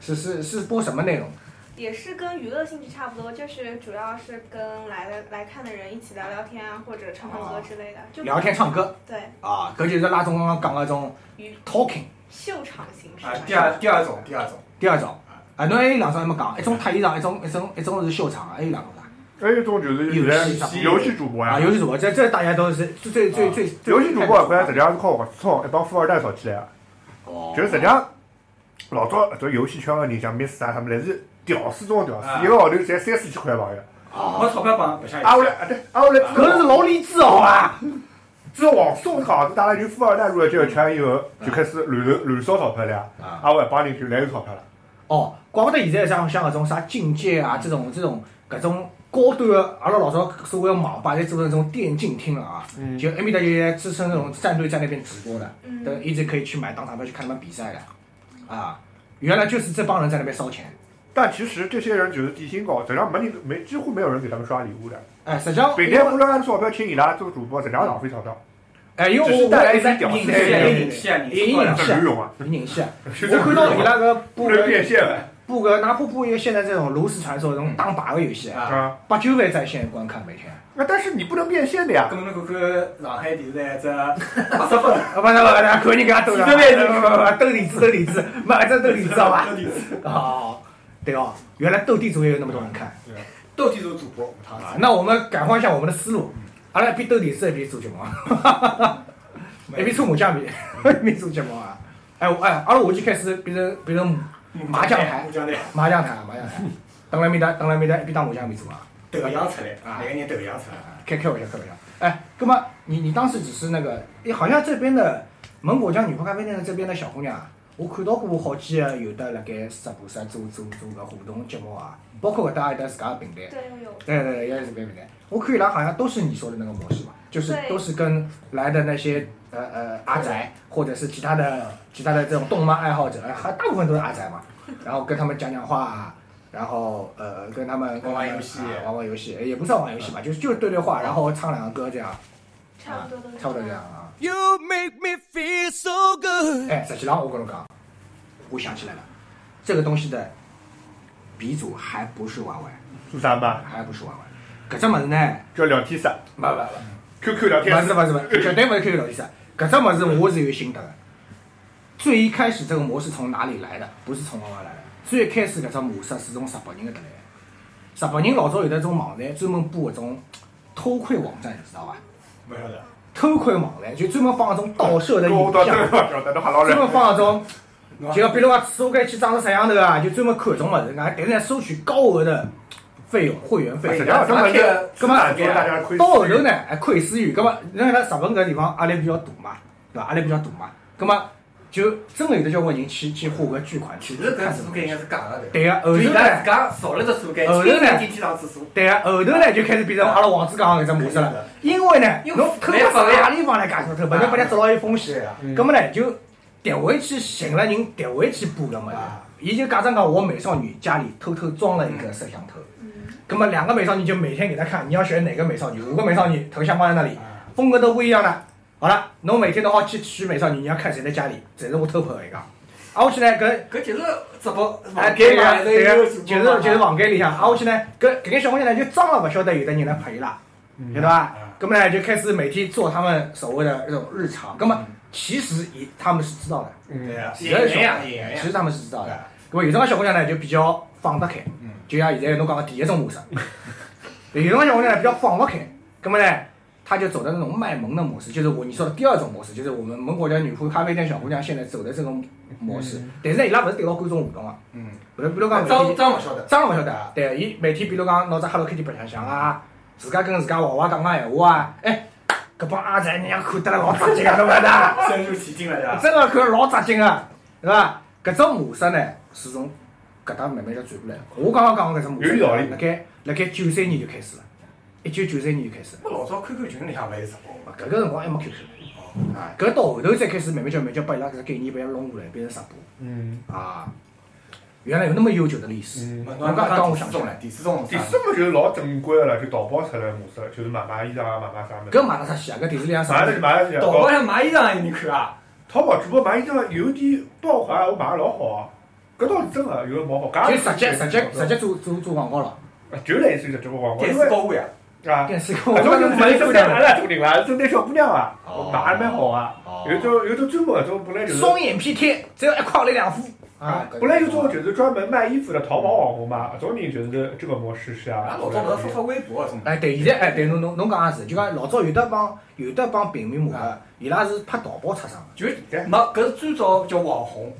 [SPEAKER 3] 是是是播什么内容？
[SPEAKER 5] 也是跟娱乐性质差不多，就是主要是跟来的来看的人一起聊聊天啊，或者唱唱歌之类的，就
[SPEAKER 3] 哦聊天唱歌
[SPEAKER 5] 对
[SPEAKER 3] 啊，搿就是拉总刚刚讲个种
[SPEAKER 5] 与
[SPEAKER 3] talking。
[SPEAKER 5] 秀场形式
[SPEAKER 6] 啊
[SPEAKER 5] 吧。，
[SPEAKER 6] 第二第二种，第二种，
[SPEAKER 3] 第二种啊，侬还有两种还没讲，一种太衣裳，一种一种一种是秀场，还有两种啥？
[SPEAKER 4] 还有一哎种就是现在游戏主播
[SPEAKER 3] 啊，
[SPEAKER 4] 呀，
[SPEAKER 3] 游戏主播，这这大家都是最最最最最
[SPEAKER 4] 啊游戏主播搿实际上是靠活操一帮富二代炒起来的。
[SPEAKER 3] 哦
[SPEAKER 4] 就是实际上老早搿种游戏圈个人，像 Miss 啊他们，侪是屌丝中的屌丝，一个号头才三四千块朋友。
[SPEAKER 6] 没钞票帮不下
[SPEAKER 4] 啊，我来啊对，啊我来，
[SPEAKER 3] 搿是老励志好伐？
[SPEAKER 4] 只有王松讲，大家就富二代入了这个圈以后，就开始乱乱乱烧钞票了呀。
[SPEAKER 3] 啊
[SPEAKER 4] 嗯啊，我一帮人就来有钞票了。
[SPEAKER 3] 哦，怪不得现在像像搿种啥境界啊，这种这种搿种高端的，阿拉老早所谓的网吧，侪做成这种电竞厅了啊，
[SPEAKER 4] 嗯
[SPEAKER 3] 就埃面搭也支撑那种战队在那边直播的，
[SPEAKER 5] 嗯，
[SPEAKER 3] 等一直可以去买当场票去看他们比赛的，啊，原来就是这帮人在那边烧钱。
[SPEAKER 4] 但其实这些人就是底薪高，实际上没人没几乎没有人给他们刷礼物的。
[SPEAKER 3] 哎，实际上，
[SPEAKER 4] 每天花了按钞票请伊拉做主播，实际上浪费钞票，
[SPEAKER 3] 哎，因为
[SPEAKER 4] 只
[SPEAKER 3] 我
[SPEAKER 4] 是
[SPEAKER 3] 我
[SPEAKER 4] 带来一
[SPEAKER 3] 在
[SPEAKER 4] 些屌丝
[SPEAKER 3] 人气，
[SPEAKER 4] 的人
[SPEAKER 6] 人气啊，
[SPEAKER 3] 人
[SPEAKER 6] 你
[SPEAKER 3] 气
[SPEAKER 6] 说
[SPEAKER 3] 啊
[SPEAKER 4] [LAUGHS]
[SPEAKER 6] 了
[SPEAKER 4] 这没用啊，
[SPEAKER 3] 有人气啊。
[SPEAKER 4] [LAUGHS] 是
[SPEAKER 3] 我看到伊拉搿
[SPEAKER 4] 不
[SPEAKER 3] 播
[SPEAKER 4] 能
[SPEAKER 3] 个
[SPEAKER 4] 变现的
[SPEAKER 3] 布个，哪怕布一个现在这种炉石传说这种打靶的游戏，
[SPEAKER 6] 啊，
[SPEAKER 4] 啊。
[SPEAKER 3] 八九万在线观看每天。啊
[SPEAKER 4] 那但是你不能变现的呀
[SPEAKER 6] 搿，么侬看看上海电视台这八十分，
[SPEAKER 3] 啊，不是不是，看人家斗了，不不不，斗理智斗理智，买这斗理智好吧？啊哦，对哦，原来斗地主也有那么多人看
[SPEAKER 6] 斗地主主播，我
[SPEAKER 3] 啊
[SPEAKER 6] 操！！
[SPEAKER 3] 那我们改换一下我们的思路，阿拉一边斗地主一边做节目啊，一边搓麻将比， [LAUGHS] 一边做节目啊。哎我哎，阿拉下去开始变成变成麻将台
[SPEAKER 6] 麻将台，
[SPEAKER 3] 麻将台麻将台，等了没得等了没得一边打麻将一边做啊。
[SPEAKER 7] 头像出来，
[SPEAKER 3] 啊
[SPEAKER 7] 每个人头像出来啊。
[SPEAKER 3] 开开玩笑，开玩笑。哎，那么你你当时只是那个，哎，好像这边的蒙古江女仆咖啡店的这边的小姑娘啊，我看到过好几个有的辣盖直播室做做做个活动节目啊，包括搿搭有得自家的平台。
[SPEAKER 5] 对，我有。
[SPEAKER 3] 对对对，也是这边平台。我看伊拉好像都是你说的那个模式嘛，就是
[SPEAKER 5] 对
[SPEAKER 3] 都是跟来的那些呃呃阿宅，或者是其他的其他的这种动漫爱好者，哎还大部分都是阿
[SPEAKER 5] [LAUGHS]
[SPEAKER 3] 宅嘛，然后跟他们讲讲话啊，然后呃跟
[SPEAKER 1] [LAUGHS]
[SPEAKER 3] 他们
[SPEAKER 7] 玩玩游戏
[SPEAKER 3] 啊玩玩游戏，哎也不算玩游
[SPEAKER 1] 嗯
[SPEAKER 3] 戏吧，就是就是对对话，然后唱两个歌这样，
[SPEAKER 5] 差不多都是
[SPEAKER 3] 差不多这样。啊。
[SPEAKER 1] You make me feel so good。
[SPEAKER 3] 哎，实际上我跟侬讲，我想起来了，这个东西的鼻祖还不是玩玩，
[SPEAKER 4] 是啥嘛？
[SPEAKER 3] 还不是玩玩，搿只物事呢，
[SPEAKER 4] 叫聊天室
[SPEAKER 3] 不不不。
[SPEAKER 4] ，QQ 聊天
[SPEAKER 3] 勿
[SPEAKER 4] 室
[SPEAKER 3] 是，勿是勿是，绝对勿是 QQ 聊天室。搿只物事我是有心得的。最一开始这个模式从哪里来的？不是从我来的。最一开始搿只模式是从日本人搿搭来的。日本人老早有得一种网站专门布搿种偷窥网站，你知道伐？
[SPEAKER 7] 不晓得，
[SPEAKER 3] 偷窥网站就专门放搿种盗摄的
[SPEAKER 4] 我
[SPEAKER 3] 影
[SPEAKER 4] 到这
[SPEAKER 3] 像
[SPEAKER 4] 个，晓得，侬还老
[SPEAKER 3] 专门
[SPEAKER 4] 人。
[SPEAKER 3] 放搿种，就比如讲厕所间去装个摄像头啊，就专门看搿种物事，然后但是呢收取高额的费用，会员费用
[SPEAKER 4] 实际。上，这么是
[SPEAKER 3] 葛末
[SPEAKER 4] 满足大家亏。
[SPEAKER 3] 到后头呢，哎还窥私欲，葛末侬看咱日本搿地方压力比较大嘛，对伐？压力比较大嘛，葛末就真个有得交关人去去花搿巨款去
[SPEAKER 6] 其实搿
[SPEAKER 3] 看什
[SPEAKER 6] 厕所
[SPEAKER 3] 么
[SPEAKER 6] 间应
[SPEAKER 3] 东
[SPEAKER 6] 该
[SPEAKER 3] 西。
[SPEAKER 6] 是假的，对
[SPEAKER 3] 对个，
[SPEAKER 6] 吧。
[SPEAKER 3] 后头
[SPEAKER 6] 就伊拉自
[SPEAKER 3] 呢，
[SPEAKER 6] 家造了只厕所间，
[SPEAKER 3] 后头
[SPEAKER 6] 亲
[SPEAKER 3] 呢
[SPEAKER 6] 自进去上厕所，
[SPEAKER 3] 对个，后头呢就开始变成阿拉王子讲个搿只模式了。因为呢，
[SPEAKER 6] 因为
[SPEAKER 3] 侬偷到啥地方来干什么偷，
[SPEAKER 6] 啊
[SPEAKER 3] 本来把人家抓牢有风险
[SPEAKER 7] 对啊，
[SPEAKER 3] 葛末呢就调回去寻了人，调回去补搿物事
[SPEAKER 7] 啊。
[SPEAKER 3] 伊就假装讲我美少女家里偷偷装了一
[SPEAKER 6] 嗯
[SPEAKER 3] 个摄像头，葛末两个美少女就每天给她看，你要选哪个美少女？五个美少女头像放在那里。风格都不一样的。好了，侬每天都好去取美少女，你要看谁在家里，这是我偷拍的一个。啊，我去呢，搿
[SPEAKER 6] 搿就是直播
[SPEAKER 3] 哎，
[SPEAKER 6] 房
[SPEAKER 3] 对
[SPEAKER 6] 间
[SPEAKER 7] 啊
[SPEAKER 6] 嘛，还
[SPEAKER 3] 个对
[SPEAKER 6] 是
[SPEAKER 3] 个
[SPEAKER 6] 有，
[SPEAKER 3] 就是就是房间里向。啊，我去呢，搿搿眼小姑娘呢，就装了勿晓得有的人来陪伊拉，晓得伐？搿么呢，就开始每天做他们所谓的那种日常。搿么其实伊他们是知道的，
[SPEAKER 7] 对呀，
[SPEAKER 3] 其实
[SPEAKER 7] 演呀
[SPEAKER 3] 啊小
[SPEAKER 7] 演
[SPEAKER 3] 其
[SPEAKER 7] 呀
[SPEAKER 3] 实，他们是知道的
[SPEAKER 7] 啊。嗯
[SPEAKER 3] 搿么有辰光小姑娘呢，就比较放得开，就像现在侬讲个第一种模式。 [LAUGHS] 有辰光小姑娘呢比较放不开，搿么呢，她就走的那种卖萌的模式，就是我你说的第二种模式，就是我们蒙古的女仆咖啡店小姑娘现在走的这种模式。但是呢，伊拉勿是对牢观众互动啊，
[SPEAKER 7] 嗯，
[SPEAKER 3] 比如比如讲每
[SPEAKER 6] 张
[SPEAKER 3] 天
[SPEAKER 6] 张勿晓得，
[SPEAKER 3] 装了勿晓得啊，对，伊每天比如讲拿只 Hello Kitty 白相相啊，自家跟自家娃娃讲讲闲话啊，哎，搿帮阿宅娘看得来老扎劲啊，对勿对？
[SPEAKER 7] 深入其境了，对吧？
[SPEAKER 3] 真个看老扎劲啊，对伐？搿只模式呢，是从搿搭慢慢就转过来的。我刚刚讲个搿只模式，
[SPEAKER 4] 有道理
[SPEAKER 3] 辣盖辣盖九三年就开始了，一九九三年就开始了。啊
[SPEAKER 7] 我老早 QQ 群里向勿是直播嘛，
[SPEAKER 3] 搿个辰光还没 QQ，啊，搿到后头再开始慢慢叫慢慢叫把伊拉搿只概念把伊拉弄过来，变成直
[SPEAKER 4] 嗯，
[SPEAKER 3] 播啊。原来有那么悠久的历史，
[SPEAKER 4] 嗯
[SPEAKER 3] 侬刚刚我想起
[SPEAKER 7] 中
[SPEAKER 3] 来
[SPEAKER 7] 了，，第四种，
[SPEAKER 4] 第四嘛就是老正规的了，就淘宝出来的模式了，就是买买衣裳啊，买买啥么子。
[SPEAKER 3] 搿买了啥戏啊？搿电视
[SPEAKER 4] [LAUGHS]
[SPEAKER 3] 里向啥物
[SPEAKER 4] 买了
[SPEAKER 3] 事？
[SPEAKER 4] 买了，
[SPEAKER 7] 淘宝上买衣裳有人看啊，
[SPEAKER 4] 淘宝直播买衣裳有点爆款，我买了老好啊，搿倒是真的，有的老好。
[SPEAKER 3] 就直接直接直接做做做广告了，
[SPEAKER 4] 就类似于直播广告，
[SPEAKER 7] 电
[SPEAKER 4] 因
[SPEAKER 7] 视
[SPEAKER 4] 为
[SPEAKER 7] 高位啊，
[SPEAKER 3] [LAUGHS]
[SPEAKER 4] 啊，
[SPEAKER 3] 电视广
[SPEAKER 4] 搿
[SPEAKER 3] 告
[SPEAKER 4] 种就是
[SPEAKER 3] 没
[SPEAKER 4] 真
[SPEAKER 3] 看
[SPEAKER 4] 的
[SPEAKER 3] 到
[SPEAKER 4] 阿。拉种人啦，针对小姑娘啊，
[SPEAKER 3] 哦
[SPEAKER 4] 买蛮好啊，有种有种专门搿种本来就是。
[SPEAKER 3] 双眼皮贴，只要一块钿两副
[SPEAKER 4] 啊
[SPEAKER 3] 啊，，
[SPEAKER 4] 本来有种就是专门卖衣服的淘宝网红嘛，搿种人就是这个模式是
[SPEAKER 7] 俺
[SPEAKER 4] 啊。
[SPEAKER 7] 老早勿是发发微博啊，种，
[SPEAKER 3] 哎，对，现在哎，对，侬侬侬讲也是，就讲老早有的帮有的帮平面模特，伊拉是拍淘宝出生的。
[SPEAKER 7] 就是没，搿是最早叫网红，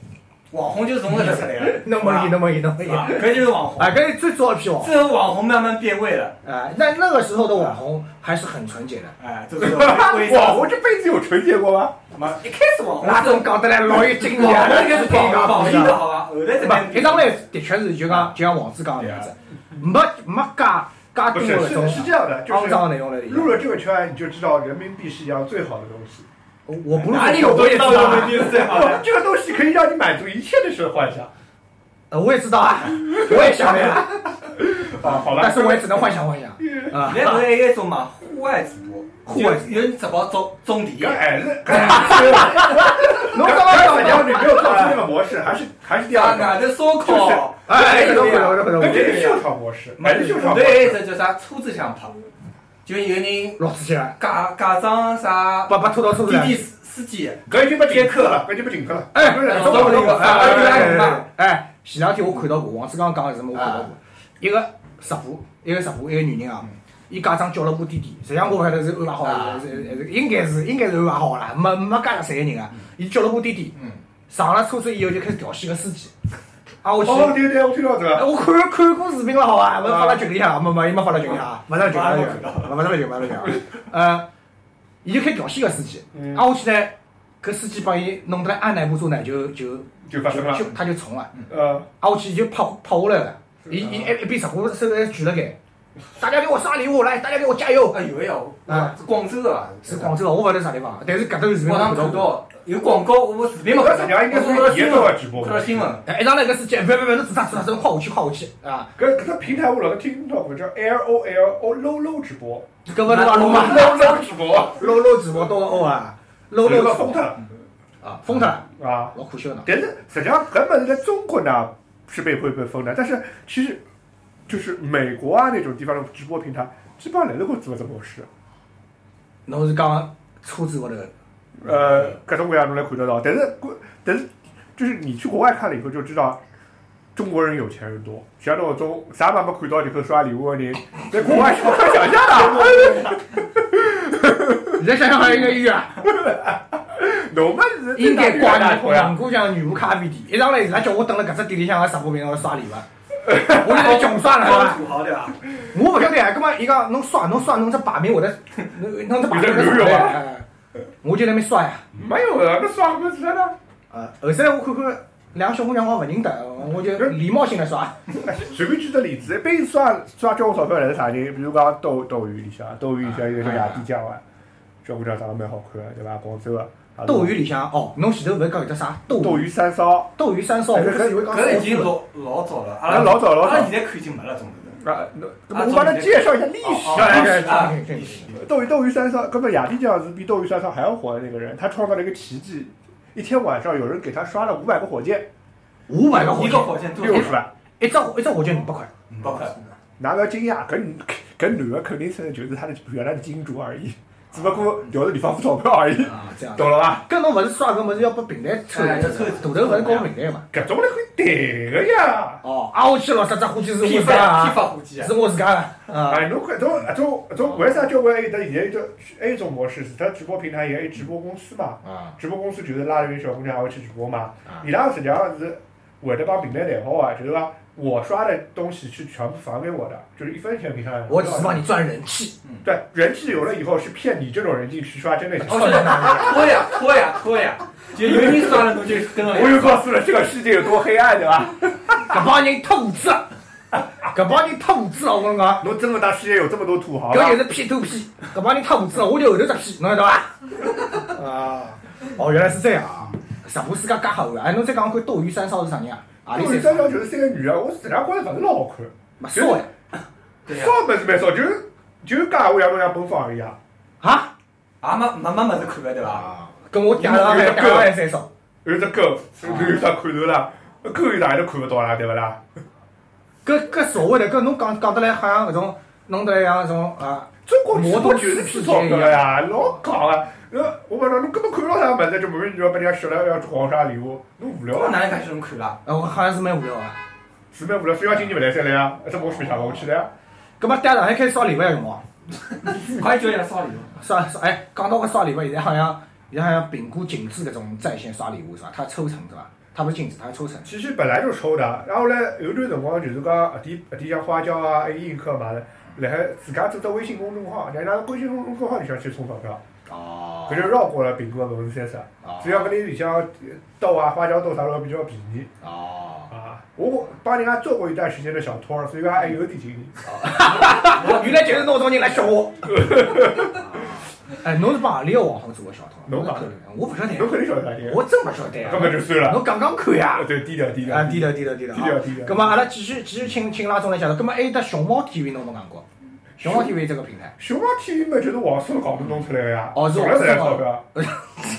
[SPEAKER 7] 网红就是从搿搭出来的，
[SPEAKER 3] 侬问伊，侬问伊，侬问
[SPEAKER 7] 是
[SPEAKER 3] 伊。啊，
[SPEAKER 7] 吧搿就是网红，
[SPEAKER 3] 搿是最早一批网红。
[SPEAKER 7] 这网红慢慢变味了，
[SPEAKER 3] 哎，那那个时候的网红还是很纯洁的。
[SPEAKER 7] 哎，就
[SPEAKER 4] [LAUGHS]
[SPEAKER 7] 是微
[SPEAKER 4] 网
[SPEAKER 7] 商，
[SPEAKER 4] 红这辈子有纯洁过吗？
[SPEAKER 7] 嘛，一开始网红
[SPEAKER 3] 那
[SPEAKER 7] 是
[SPEAKER 3] 种讲得来老有劲
[SPEAKER 7] 网
[SPEAKER 3] 啊，
[SPEAKER 7] 红应该是
[SPEAKER 3] 听
[SPEAKER 7] 榜
[SPEAKER 3] 讲
[SPEAKER 7] 榜一的，好伐？后来
[SPEAKER 3] 对
[SPEAKER 7] 才
[SPEAKER 3] 吧
[SPEAKER 7] 慢？
[SPEAKER 3] 一上来的确是就讲就像王子讲的样子，没没加加
[SPEAKER 4] 不
[SPEAKER 3] 多
[SPEAKER 4] 是，
[SPEAKER 3] 的
[SPEAKER 4] 是
[SPEAKER 3] 种
[SPEAKER 4] 是这样的，就
[SPEAKER 3] 肮
[SPEAKER 4] 是
[SPEAKER 3] 脏的内容在里面
[SPEAKER 4] 入。了这个圈，你就知道人民币是一样最好的东西。
[SPEAKER 3] 我我不入
[SPEAKER 7] 哪里有
[SPEAKER 3] 我也知道
[SPEAKER 7] 人
[SPEAKER 3] 啊
[SPEAKER 7] 民，币是最好的？
[SPEAKER 4] 这个东西可以让你满足一切的是幻想
[SPEAKER 3] 呃我也知道啊，我也想的啊，
[SPEAKER 4] 啊。好了，
[SPEAKER 3] 但是我也只能幻想幻想啊。
[SPEAKER 6] 现在勿是还有一种嘛，户外直播，
[SPEAKER 3] 户外
[SPEAKER 6] 有有人直播种种地，
[SPEAKER 4] 搿还是
[SPEAKER 3] [LAUGHS] 侬刚刚讲
[SPEAKER 4] 讲
[SPEAKER 3] 的
[SPEAKER 4] 你没有创新这个模式，还是还是第
[SPEAKER 6] 家
[SPEAKER 4] 二个，
[SPEAKER 6] 外头烧
[SPEAKER 4] 就是
[SPEAKER 6] 烤，
[SPEAKER 3] 哎，
[SPEAKER 6] 这个
[SPEAKER 3] 搿种
[SPEAKER 6] 呀
[SPEAKER 3] 搿种搿种
[SPEAKER 4] 那
[SPEAKER 3] 搿
[SPEAKER 4] 这
[SPEAKER 3] 种，
[SPEAKER 4] 是秀场模式，
[SPEAKER 6] 没
[SPEAKER 4] 还是
[SPEAKER 6] 有
[SPEAKER 4] 秀场
[SPEAKER 6] 后头
[SPEAKER 4] 模
[SPEAKER 6] 还有一
[SPEAKER 4] 式。
[SPEAKER 6] 只叫啥车子相拍，就有人
[SPEAKER 3] 老子些，
[SPEAKER 6] 假假装啥
[SPEAKER 3] 把把拖到车子
[SPEAKER 6] 滴滴
[SPEAKER 3] 来。
[SPEAKER 6] 司司机，
[SPEAKER 4] 搿已经被顶客了，搿就被顶客了。
[SPEAKER 3] 哎，
[SPEAKER 4] 不是，
[SPEAKER 3] 中国
[SPEAKER 6] 中国
[SPEAKER 3] 哎
[SPEAKER 6] 中国
[SPEAKER 3] 哎
[SPEAKER 6] 中国
[SPEAKER 3] 哎哎，前两天我看到过，王志刚讲的是什么？我看到过，一个直播，一个直播，一个女人啊，伊假装叫了部滴滴，实际上我勿晓得是安排好
[SPEAKER 6] 啊
[SPEAKER 3] 还是还是应该是应该是安排好啦，没没介necessary 个人啊，伊叫了部滴滴，
[SPEAKER 7] 嗯
[SPEAKER 6] [LAUGHS]
[SPEAKER 3] 上了车子以后就开始调戏个司机，啊，我去。
[SPEAKER 4] 哦，对对，我听到这
[SPEAKER 3] 哎
[SPEAKER 4] 个。
[SPEAKER 3] 我看看过视频了，好伐？勿是发到群里向，没没，伊没发到群里向，勿上群，勿上群，勿上群，勿上群。呃，伊就开始调戏搿司机，
[SPEAKER 4] 嗯
[SPEAKER 3] 啊，我去呢，搿司机帮伊弄得来按捺不住呢，就就
[SPEAKER 4] 就发生了
[SPEAKER 3] 就就他就冲了，
[SPEAKER 4] 呃，
[SPEAKER 3] 啊，我去伊就趴趴下来了，伊伊一一边直呼手还举了盖，大家给我杀礼物来，大家给我加油。
[SPEAKER 7] 啊，有个呀，
[SPEAKER 3] 啊
[SPEAKER 7] 啊，是广州的伐？
[SPEAKER 3] 是广州的，我勿晓得啥地方，但是搿头视频
[SPEAKER 7] 网上看
[SPEAKER 3] 到。
[SPEAKER 7] 到有广告，我视频没
[SPEAKER 4] 搿
[SPEAKER 7] 看
[SPEAKER 4] 实
[SPEAKER 7] 到，
[SPEAKER 4] 际上应该
[SPEAKER 7] 我
[SPEAKER 4] 是
[SPEAKER 7] 看到
[SPEAKER 4] 严
[SPEAKER 7] 新
[SPEAKER 4] 重的
[SPEAKER 7] 闻，
[SPEAKER 4] 直播
[SPEAKER 7] 看到新闻，
[SPEAKER 3] 哎，一上来搿司机，别别别，侬自杀自杀，真跨下去跨下去啊！
[SPEAKER 4] 搿搿个平台我老是听到，搿叫 L O L O low low 直播
[SPEAKER 3] 搿勿是话弄
[SPEAKER 4] [LAUGHS]
[SPEAKER 3] 嘛，
[SPEAKER 4] ，low low 直播，
[SPEAKER 3] 搂搂直播到哦啊，搂
[SPEAKER 4] 这
[SPEAKER 3] 搂
[SPEAKER 4] 个封他了
[SPEAKER 3] 啊，封脱了。
[SPEAKER 4] 啊。
[SPEAKER 3] 老可惜呢。
[SPEAKER 4] 但是实际上搿物事在中国呢是被会被封的，但是其实就是美国啊那种地方的直播平台，基本上侪是会做搿种模式。
[SPEAKER 3] 侬是讲车子高头， [LAUGHS] 嗯
[SPEAKER 4] 呃，各种各样侬来看得到，但是国但是就是你去国外看了以后就知道。中国人有钱人多，像那种啥嘛没看到以后刷礼物的人，在国外是不可想象
[SPEAKER 3] 嗯
[SPEAKER 4] [LAUGHS] 的。
[SPEAKER 3] 现在想想还应该冤啊！
[SPEAKER 4] 侬们是
[SPEAKER 3] [LAUGHS] 应该挂
[SPEAKER 4] 大头啊呀
[SPEAKER 3] 南，过江女仆咖啡店，一上来伊拉叫我等了搿只店里向个直播平台刷礼 [LAUGHS] 物，啊我就来穷刷了，
[SPEAKER 7] 高
[SPEAKER 3] 是
[SPEAKER 7] 土
[SPEAKER 3] 吧
[SPEAKER 7] 豪对伐？
[SPEAKER 3] 我勿晓得啊，葛末伊讲侬刷侬刷侬只排名 [LAUGHS] 会得，侬侬只排名会得
[SPEAKER 4] 有
[SPEAKER 3] 上
[SPEAKER 4] 的
[SPEAKER 3] 来
[SPEAKER 4] 有啊
[SPEAKER 3] 哎哎 [LAUGHS] 我就在那边刷呀。
[SPEAKER 4] 没有啊，那刷个是啥呢？
[SPEAKER 3] 啊，后头来我看看两个小姑娘我勿认得，我就礼貌性的刷。
[SPEAKER 4] 随便举个例子，一般刷刷啊交关钞票来是啥人？比如讲斗斗鱼里向，斗鱼里向有个叫雅迪酱啊，小姑娘长得蛮好看的，对伐？广州的
[SPEAKER 3] 斗鱼里向哦，侬前头勿是讲有只啥斗
[SPEAKER 4] 啊斗
[SPEAKER 3] 鱼哎
[SPEAKER 4] 鱼三烧
[SPEAKER 3] 斗鱼三烧，我搿以为讲
[SPEAKER 7] 搿已经老老早
[SPEAKER 3] 啊
[SPEAKER 7] 了，阿拉
[SPEAKER 4] 搿老早老早
[SPEAKER 7] 阿拉现在看已经没了，总之。
[SPEAKER 4] 啊，那那么我帮他介绍一下历
[SPEAKER 3] 哦
[SPEAKER 4] 史啊。那个
[SPEAKER 7] 啊，
[SPEAKER 4] 斗鱼斗鱼三烧，根本雅迪酱是比斗鱼三烧还要火的那个人，他创造了一个奇迹，一天晚上有人给他刷了五百个火箭，
[SPEAKER 3] 五百个火
[SPEAKER 7] 一个
[SPEAKER 3] 箭，
[SPEAKER 7] 火箭多
[SPEAKER 4] 六十万。
[SPEAKER 3] 一只火一只火箭五百块。
[SPEAKER 7] 五百块，
[SPEAKER 4] 哪个惊讶？搿搿女的肯定是就是他的原来的金主而已，只不过调的地方付钞票而已，
[SPEAKER 3] 啊，这样。
[SPEAKER 4] 懂了吧？
[SPEAKER 3] 搿侬勿是刷搿物事要拨平台抽
[SPEAKER 7] 哎
[SPEAKER 3] 来
[SPEAKER 7] 要
[SPEAKER 3] 抽
[SPEAKER 7] 抽
[SPEAKER 3] 的，大头勿是搞平台嘛？
[SPEAKER 4] 搿种来会对个呀！
[SPEAKER 3] 哦，啊，我去老实只火箭是我
[SPEAKER 7] 批
[SPEAKER 3] 自
[SPEAKER 7] 发
[SPEAKER 3] 家
[SPEAKER 7] 批发火箭
[SPEAKER 3] 的，啊是，我自家的啊。
[SPEAKER 4] 哎，侬搿种搿种搿种为啥交关有得现在有得还有一种模式是，它直播平台也有直播公司嘛，
[SPEAKER 3] 啊，
[SPEAKER 4] 直播公司就是拉一群小姑娘还会去直播嘛
[SPEAKER 3] 啊，
[SPEAKER 4] 伊拉实际上是会得帮平台谈好啊，就是讲我刷的东西是全部返给我的，就是一分钱平台
[SPEAKER 3] 我只是帮你赚人气，
[SPEAKER 4] 对人气有了以后是骗你这种人进去刷真的钱。
[SPEAKER 7] 拖呀拖呀拖呀，就有人算了，侬就跟上
[SPEAKER 4] 我又告诉了这个世界有多黑暗，对吧？
[SPEAKER 3] 搿帮人太无 [LAUGHS] 知了，搿帮人太无知了，我跟侬讲，
[SPEAKER 4] 侬真的当世界有这么多土豪
[SPEAKER 3] 啊搿就
[SPEAKER 4] 啊？
[SPEAKER 3] 是 P to P，搿帮人太无知了，我就后头只 P，侬晓得伐？啊，哦，原来是这样啊，直播世界介好玩，哎，侬再讲看斗鱼三少是啥人啊？阿里
[SPEAKER 4] 我一
[SPEAKER 3] 山啊
[SPEAKER 4] 张张就是三个女的，我实际上觉着勿是老好看。
[SPEAKER 3] 没少呀？
[SPEAKER 7] 对呀，
[SPEAKER 4] 少么子蛮少，就是就是讲闲话像侬像奔放而已啊。
[SPEAKER 3] 啊？
[SPEAKER 7] 也没没没么子看的对伐？
[SPEAKER 3] 啊，跟我嗲了还嗲了还三少，
[SPEAKER 4] 有只狗，有啥看头啦？狗有啥都看勿到啦，对勿啦？
[SPEAKER 3] 搿搿所谓的搿侬讲讲得来好像搿种弄得来像搿种啊。
[SPEAKER 4] 中国直播就是骗钞票呀，老戆啊！呃，我问侬，侬根本看勿到啥物事，就莫名其妙把人家晓得要狂刷礼物，侬无聊
[SPEAKER 7] 我
[SPEAKER 4] 啊？
[SPEAKER 7] 哪能开始侬看啦？
[SPEAKER 3] 啊，我好像是蛮无聊啊。
[SPEAKER 4] 是蛮无聊，非要今年勿来三来啊？这我去啥？我去来啊！
[SPEAKER 3] 搿么带上海开始刷礼物个辰光，
[SPEAKER 7] 快叫人家刷礼物。
[SPEAKER 3] 刷刷哎，讲到个刷礼物，现在好像现在好像评估禁止搿种在线刷礼物是伐？它抽成是伐？它不是禁止，它是抽成。
[SPEAKER 4] 其实本来就抽的，然后呢，有段辰光就是讲啊阿弟阿弟像花椒啊、还有映客嘛的，辣海自家做只微信公众号，人家微信公众号里向去充钞票，
[SPEAKER 3] 哦
[SPEAKER 4] 搿就绕过了苹果百分之三十。
[SPEAKER 3] 啊
[SPEAKER 4] 只要搿里里向豆啊、花椒豆啥都比较便宜
[SPEAKER 3] 哦，
[SPEAKER 4] 啊。我帮人家做过一段时间的小托儿，所以讲还有点经验。
[SPEAKER 3] 原来就是侬种人来笑我。 [LAUGHS] 哎，侬是帮何里个网红做过小偷？
[SPEAKER 4] 侬讲的
[SPEAKER 3] [LAUGHS] 我勿晓
[SPEAKER 4] 侬
[SPEAKER 3] 得，
[SPEAKER 4] 肯定晓得啥人，
[SPEAKER 3] 我真勿晓得
[SPEAKER 4] 根本
[SPEAKER 3] 啊。
[SPEAKER 4] 就算了。
[SPEAKER 3] 侬讲讲看呀
[SPEAKER 4] [LAUGHS] 啊，。对，低调低调
[SPEAKER 3] 啊，低调低调低调
[SPEAKER 4] [LAUGHS] 低调
[SPEAKER 3] 啊！
[SPEAKER 4] 低调。
[SPEAKER 3] 咁么阿拉继续继续请请拉中来介绍，咁么还有得熊猫 TV 侬没讲过，熊猫 TV 这个平台，
[SPEAKER 4] 熊猫 TV 嘛，就是王叔搞的弄出来的呀，
[SPEAKER 3] 哦是
[SPEAKER 4] 从
[SPEAKER 3] 王
[SPEAKER 4] 来
[SPEAKER 3] 叔
[SPEAKER 4] 不来钞票。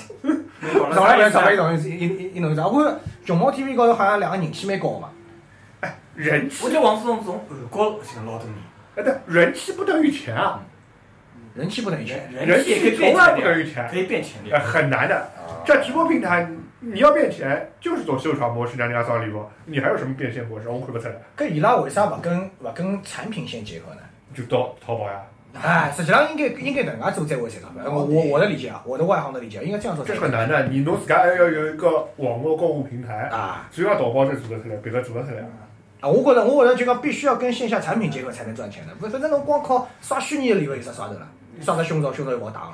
[SPEAKER 3] 上来上来上来一一一弄啥？我看熊猫 TV 高头好像两个人气蛮高嘛，
[SPEAKER 4] 人
[SPEAKER 7] 我
[SPEAKER 4] 气，
[SPEAKER 7] 觉得王思聪从韩国寻了老多年，
[SPEAKER 4] 哎，对，人气不等于钱啊，
[SPEAKER 3] 人气不等于钱。
[SPEAKER 7] 人
[SPEAKER 4] 人
[SPEAKER 7] 人气也
[SPEAKER 4] 气
[SPEAKER 7] 可以变
[SPEAKER 4] 从来不
[SPEAKER 7] 强
[SPEAKER 4] 等
[SPEAKER 7] 烈，
[SPEAKER 4] 于钱
[SPEAKER 7] 可，以变强烈
[SPEAKER 4] 哎，。很难的。
[SPEAKER 3] 啊
[SPEAKER 4] 这直播平台，你要变钱，就是走秀场模式，让人家刷礼物，你还有什么变现模式？我看不出来，
[SPEAKER 3] 搿伊拉为啥勿跟勿跟产品线结合呢？
[SPEAKER 4] 就到淘宝呀，
[SPEAKER 3] 哎，实际上应该应该搿能介做才会赚到钞票。我我我的理解啊，我的外行的理解，应该这样做才
[SPEAKER 4] 这
[SPEAKER 3] 对。
[SPEAKER 4] 很难的，你侬自家还要哎有一个网络购物平台，
[SPEAKER 3] 啊
[SPEAKER 4] 只有淘宝才做得出来，别个做不出来。
[SPEAKER 3] 啊！我觉着我觉着就讲必须要跟线下产品结合才能赚钱的，不反正侬光靠刷虚拟的礼物有啥刷头了？刷只胸罩，胸罩又勿好打了。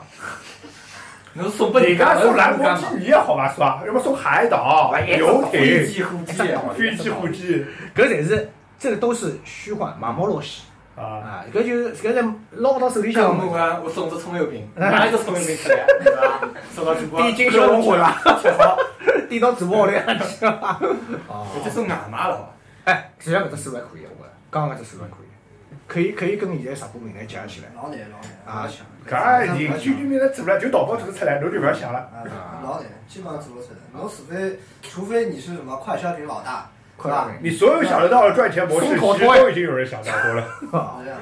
[SPEAKER 7] 侬送拨
[SPEAKER 4] 人家送兰博
[SPEAKER 7] 干
[SPEAKER 4] 基
[SPEAKER 7] 嘛？
[SPEAKER 4] 尼也好吧，刷，要么送海岛、游艇、
[SPEAKER 7] 飞机、啊火
[SPEAKER 3] 哎
[SPEAKER 7] 箭，
[SPEAKER 4] 哎飞机、火机
[SPEAKER 3] 搿才是这个都是虚幻马毛罗西
[SPEAKER 4] 啊，
[SPEAKER 3] 啊！搿就是搿在捞到手里
[SPEAKER 7] 像
[SPEAKER 3] 向
[SPEAKER 7] 我
[SPEAKER 3] 的物
[SPEAKER 7] 们
[SPEAKER 3] 事，
[SPEAKER 7] 玩，我送只葱油
[SPEAKER 4] [LAUGHS]
[SPEAKER 7] 饼，拿一个葱油饼出来，啊对伐？送到主播，
[SPEAKER 3] 点进小红会吧， [LAUGHS] 点到主播里向去了。
[SPEAKER 7] 直
[SPEAKER 3] 哦
[SPEAKER 7] 接送外卖了。
[SPEAKER 3] 哎，实际上搿只思路还可以，我觉着刚刚搿只思路还可以，可以可以跟现在直播平台结合起来。
[SPEAKER 8] 老难老难，
[SPEAKER 3] 啊
[SPEAKER 8] 我想
[SPEAKER 4] 搿人均均平台做不来，就淘宝做得出来，侬就不要想了。
[SPEAKER 8] 啊，老难，基本上做不出来。侬除非除非你是什么快消品老大，
[SPEAKER 3] 快消品
[SPEAKER 4] 你所有想得到的赚钱模式，
[SPEAKER 3] 松
[SPEAKER 4] 其
[SPEAKER 3] 口
[SPEAKER 4] 实
[SPEAKER 3] 袋
[SPEAKER 4] 都已经有人想到过了， [LAUGHS]
[SPEAKER 8] 是这样。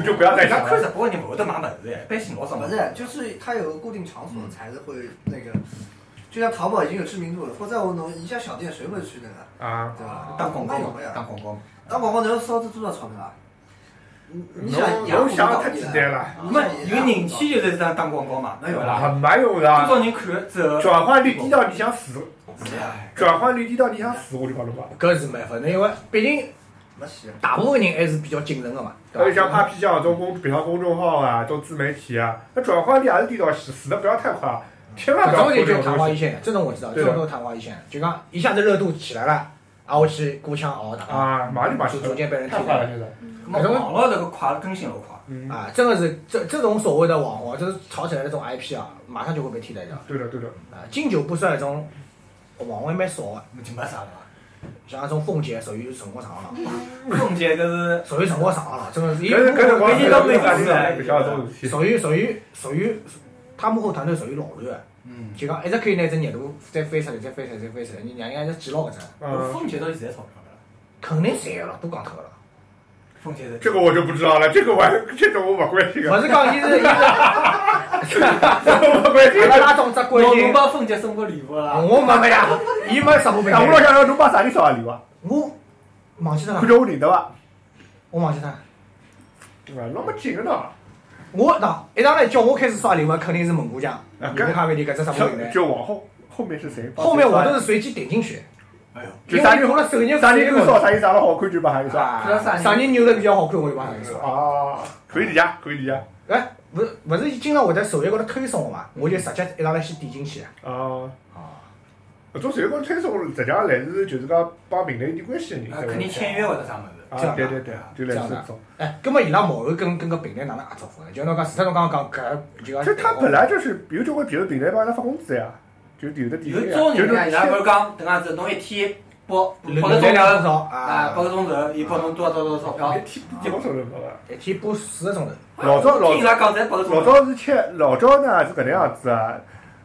[SPEAKER 4] 你就不要再
[SPEAKER 7] 人
[SPEAKER 4] 想
[SPEAKER 7] 家看
[SPEAKER 4] 了。
[SPEAKER 7] 直播的人勿会得买物事哎，一般性老少
[SPEAKER 8] 不
[SPEAKER 7] 买。
[SPEAKER 8] 是，就是它有个固定场所才是会那个，就像淘宝已经有知名度了，或者我侬一家小店谁会去那个，
[SPEAKER 4] 啊，
[SPEAKER 8] 对吧？
[SPEAKER 7] 打广告
[SPEAKER 8] 有
[SPEAKER 7] 嘛
[SPEAKER 8] 没有，？
[SPEAKER 7] 打广告嘛。
[SPEAKER 8] 打广告能烧出多少钞票啊？你你想
[SPEAKER 4] 侬
[SPEAKER 8] 养
[SPEAKER 4] 侬
[SPEAKER 8] 活
[SPEAKER 4] 想
[SPEAKER 8] 不
[SPEAKER 4] 的
[SPEAKER 8] 到
[SPEAKER 4] 太
[SPEAKER 8] 你
[SPEAKER 4] 简
[SPEAKER 8] 的
[SPEAKER 4] 单了，
[SPEAKER 8] 啊你
[SPEAKER 7] 没
[SPEAKER 8] 想
[SPEAKER 7] 有
[SPEAKER 8] 养活不
[SPEAKER 7] 人
[SPEAKER 8] 到
[SPEAKER 7] 气就是这样打广告嘛，
[SPEAKER 8] 没有
[SPEAKER 7] 对
[SPEAKER 4] 啊，
[SPEAKER 7] 伐？
[SPEAKER 4] 没用
[SPEAKER 7] 多
[SPEAKER 4] 的，
[SPEAKER 7] 少人看之后，
[SPEAKER 4] 转换率低到你想死，
[SPEAKER 7] 哎
[SPEAKER 4] 转换率低到你想死，我就告诉侬吧。
[SPEAKER 3] 搿是没法，因为毕竟
[SPEAKER 8] 没戏。
[SPEAKER 3] 大部分人还是比较谨慎的嘛，
[SPEAKER 4] 还有
[SPEAKER 3] 对
[SPEAKER 4] 像
[SPEAKER 3] 吧？
[SPEAKER 4] Papi 酱这种公，比方公众号啊，这种自媒体啊，那转化率还是低到死，死的不要太快，啊，千万
[SPEAKER 3] 搿
[SPEAKER 4] 不
[SPEAKER 3] 种
[SPEAKER 4] 要
[SPEAKER 3] 人
[SPEAKER 4] 做这
[SPEAKER 3] 就
[SPEAKER 4] 种
[SPEAKER 3] 昙花
[SPEAKER 4] 东
[SPEAKER 3] 一
[SPEAKER 4] 西。
[SPEAKER 3] 现，这种我知道，
[SPEAKER 4] 对
[SPEAKER 3] 这
[SPEAKER 4] 的
[SPEAKER 3] 种都是昙花一现，就讲一下子热度起来了，啊，我去鼓腔熬大家，
[SPEAKER 4] 啊，马上就把
[SPEAKER 3] 就
[SPEAKER 4] 死
[SPEAKER 3] 逐
[SPEAKER 4] 了，
[SPEAKER 3] 渐被人替
[SPEAKER 4] 太
[SPEAKER 3] 代
[SPEAKER 4] 快了
[SPEAKER 3] 了。
[SPEAKER 4] 现在。
[SPEAKER 7] 那么网络这个快更新老快，
[SPEAKER 4] 嗯，
[SPEAKER 3] 啊，真的是这这种所谓的网红，就是炒起来的这种 IP 啊，马上就会被替代掉。
[SPEAKER 4] 对的对的，
[SPEAKER 3] 啊，经久不衰的这种网红还蛮少的，
[SPEAKER 7] 那就没啥了嘛。
[SPEAKER 3] 像那种凤姐属于辰光长了，
[SPEAKER 4] 嗯
[SPEAKER 7] 凤姐搿是
[SPEAKER 3] 属于辰光长了，真的是。
[SPEAKER 4] 搿是搿辰光
[SPEAKER 7] 没
[SPEAKER 4] 搿
[SPEAKER 7] 见到
[SPEAKER 4] 辰光
[SPEAKER 7] 没
[SPEAKER 4] 是
[SPEAKER 7] 见到
[SPEAKER 4] 比较多事体。
[SPEAKER 3] 属于属于属于他幕后团队属于老乱的，
[SPEAKER 7] 嗯，
[SPEAKER 3] 就讲一直可以拿这热度再翻出来，再翻出来，再翻出来，你让人家记牢搿只，
[SPEAKER 4] 嗯，
[SPEAKER 7] 凤姐到底赚钞票了？
[SPEAKER 3] 肯定赚了，都讲
[SPEAKER 4] [LAUGHS]
[SPEAKER 3] 脱了。
[SPEAKER 7] 凤姐在
[SPEAKER 4] 这个我就不知道了，这个我还这种我不关心啊，
[SPEAKER 3] 勿是讲伊是伊是，
[SPEAKER 4] 我不关心
[SPEAKER 3] 伊。拉种只关
[SPEAKER 7] 侬
[SPEAKER 3] 心
[SPEAKER 4] [LAUGHS]
[SPEAKER 7] 侬。帮凤姐送过礼物
[SPEAKER 4] 啊
[SPEAKER 7] 啦？
[SPEAKER 3] 啊我没没呀，伊没直播平
[SPEAKER 4] 那 [LAUGHS] 哎我老
[SPEAKER 3] 台。
[SPEAKER 4] 想要侬把啥人送啊礼物啊？
[SPEAKER 3] 我忘记脱
[SPEAKER 4] 看
[SPEAKER 3] 了，
[SPEAKER 4] 着我领的伐？
[SPEAKER 3] 我忘记脱了。
[SPEAKER 4] 对吧？那么紧的呢？
[SPEAKER 3] 我那一上来叫我开始刷礼物，肯定是蒙古酱、
[SPEAKER 4] 啊
[SPEAKER 3] 蒙古咖啡店搿只直播平台。
[SPEAKER 4] 就往后后面是谁？
[SPEAKER 3] 后面我都是随机点进去，
[SPEAKER 7] 哎呦，
[SPEAKER 4] 就
[SPEAKER 3] 因
[SPEAKER 4] 啥
[SPEAKER 3] 为
[SPEAKER 4] 人
[SPEAKER 3] 用了首页
[SPEAKER 4] 啥人
[SPEAKER 3] 人
[SPEAKER 4] 都送，啥人长得好看就把啥人送啊。
[SPEAKER 3] 啊，啥人扭的比较好看，我就帮啥人刷。
[SPEAKER 4] 啊，可以理解，可以理解。
[SPEAKER 3] 哎，勿是勿是，经常会在首页高头推送我嘛，我就直接一上来先点进去。
[SPEAKER 4] 啊。
[SPEAKER 3] 啊，
[SPEAKER 4] 做随光推送，实际上来自就是讲帮平台有点关系的人
[SPEAKER 7] 啊
[SPEAKER 4] 才会
[SPEAKER 7] 肯定签约或者啥物事。
[SPEAKER 3] 这
[SPEAKER 4] 啊，
[SPEAKER 3] 样
[SPEAKER 4] 对对
[SPEAKER 3] 的
[SPEAKER 4] 对
[SPEAKER 3] 啊，
[SPEAKER 4] 就
[SPEAKER 3] 这
[SPEAKER 4] 类
[SPEAKER 3] 样
[SPEAKER 4] 似
[SPEAKER 3] 的
[SPEAKER 4] 这种。
[SPEAKER 3] 哎，葛末伊拉幕后跟跟个平台哪能合作分？就侬讲，除脱侬刚刚讲搿就讲，
[SPEAKER 4] 就他本来就是有交关别的平台帮伊拉发工资呀，就有的底
[SPEAKER 7] 有
[SPEAKER 4] 薪呀，
[SPEAKER 7] 种
[SPEAKER 4] 就
[SPEAKER 7] 人
[SPEAKER 4] 是
[SPEAKER 7] 家伊拉勿
[SPEAKER 4] 签
[SPEAKER 7] 是讲，等下子侬一天包
[SPEAKER 3] 流
[SPEAKER 7] 包个
[SPEAKER 3] 流
[SPEAKER 7] 钟
[SPEAKER 3] 量
[SPEAKER 7] 头
[SPEAKER 3] 多少
[SPEAKER 7] 啊，包
[SPEAKER 3] 啊？
[SPEAKER 7] 个钟头，伊包侬多少多少钞票
[SPEAKER 4] 一？天一天收入没吧？
[SPEAKER 3] 一天播四个钟头。
[SPEAKER 4] 老早老
[SPEAKER 7] 听伊拉讲侪包个
[SPEAKER 4] 老
[SPEAKER 7] 钟头。
[SPEAKER 4] 早是签，老早呢是搿能样子啊，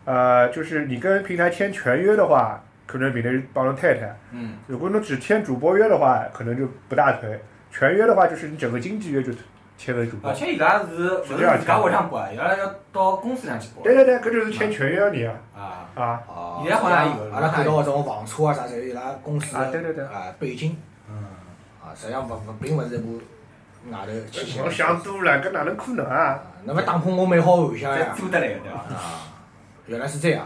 [SPEAKER 4] 呃，就是你跟平台签全约的话，可能平台帮侬探探；
[SPEAKER 7] 嗯，
[SPEAKER 4] 如果侬只签主播约的话，可能就不大推。全约的话，就是你整个经纪约就签为主播
[SPEAKER 7] 而。且伊拉是勿是自家屋里向包啊？伊拉要到公司里向去包
[SPEAKER 4] 对对对，搿就是签全约的人啊
[SPEAKER 7] 啊。
[SPEAKER 4] 啊
[SPEAKER 3] 哦
[SPEAKER 7] 现在好像有
[SPEAKER 3] 阿拉看到搿种房车啊啥，侪是伊拉公司
[SPEAKER 4] 啊！对对对。
[SPEAKER 3] 啊背景
[SPEAKER 7] 嗯，
[SPEAKER 3] 啊，实际上勿勿并勿是一部外头去写
[SPEAKER 4] 哎我
[SPEAKER 3] 的
[SPEAKER 4] 想多了，搿哪能可能啊？
[SPEAKER 3] 啊那么打破我美好幻想
[SPEAKER 7] 侪
[SPEAKER 3] 哎呀！
[SPEAKER 7] 做得
[SPEAKER 3] [LAUGHS]
[SPEAKER 7] 来对伐？
[SPEAKER 3] 啊，原来是这样，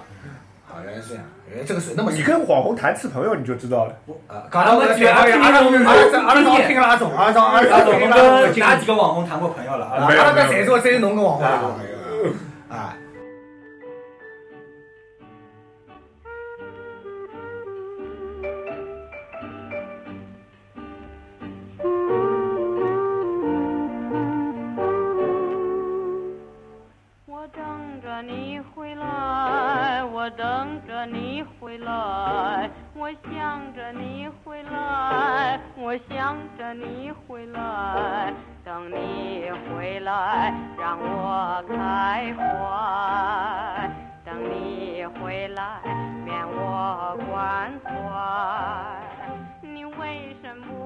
[SPEAKER 3] 啊，原来是这样，原来这个水那么
[SPEAKER 4] 嗯你跟网红谈次朋友你就知道了。
[SPEAKER 3] 啊，讲到我的阿拉阿拉阿拉听阿拉总，阿拉总阿
[SPEAKER 7] 阿
[SPEAKER 3] 拉
[SPEAKER 7] 总，
[SPEAKER 3] 总听
[SPEAKER 7] 啊我们
[SPEAKER 3] 阿拉总
[SPEAKER 7] 跟
[SPEAKER 3] 经
[SPEAKER 7] 哪
[SPEAKER 3] 理，
[SPEAKER 7] 几个网红谈过朋友了？啊
[SPEAKER 3] 阿拉搿在座只有侬跟王啊华有朋友啊，
[SPEAKER 9] 我等着你回来，我等着你回来，我想着你回来，我想着你回来，等你回来让我开怀，等你回来免我关怀。你为什么